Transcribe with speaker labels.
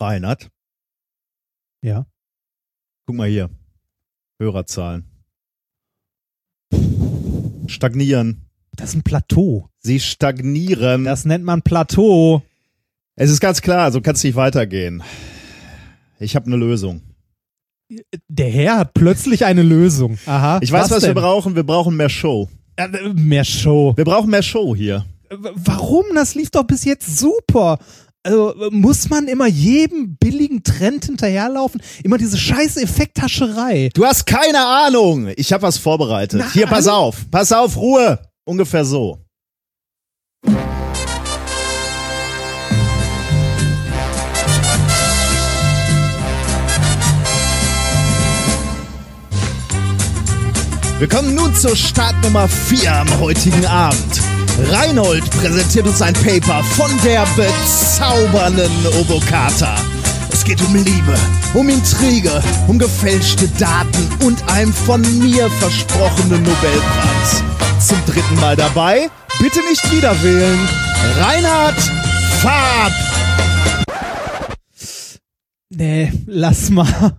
Speaker 1: Reinhard,
Speaker 2: Ja.
Speaker 1: guck mal hier. Hörerzahlen. Stagnieren.
Speaker 2: Das ist ein Plateau.
Speaker 1: Sie stagnieren.
Speaker 2: Das nennt man Plateau.
Speaker 1: es ist ganz klar, so kann es nicht weitergehen. Ich habe eine Lösung.
Speaker 2: Der Herr hat plötzlich eine Lösung. Aha.
Speaker 1: Ich weiß, was, wir
Speaker 2: denn?
Speaker 1: brauchen. Wir brauchen mehr Show.
Speaker 2: Äh, Mehr Show.
Speaker 1: Wir brauchen mehr Show hier.
Speaker 2: W- Warum? Das lief doch bis jetzt super. Also, muss man immer jedem billigen Trend hinterherlaufen? Immer diese scheiße Effekthascherei.
Speaker 1: Du hast keine Ahnung. Ich habe was vorbereitet.
Speaker 2: Nein.
Speaker 1: Hier, pass auf. Pass auf, Ruhe. Ungefähr so. Wir kommen nun zur Startnummer 4 am heutigen Abend. Reinhold präsentiert uns ein Paper von der bezaubernden Obokata. Es geht um Liebe, um Intrige, um gefälschte Daten und einem von mir versprochenen Nobelpreis. Zum dritten Mal dabei, bitte nicht wieder wählen. Reinhard Fab!
Speaker 2: Nee, lass mal.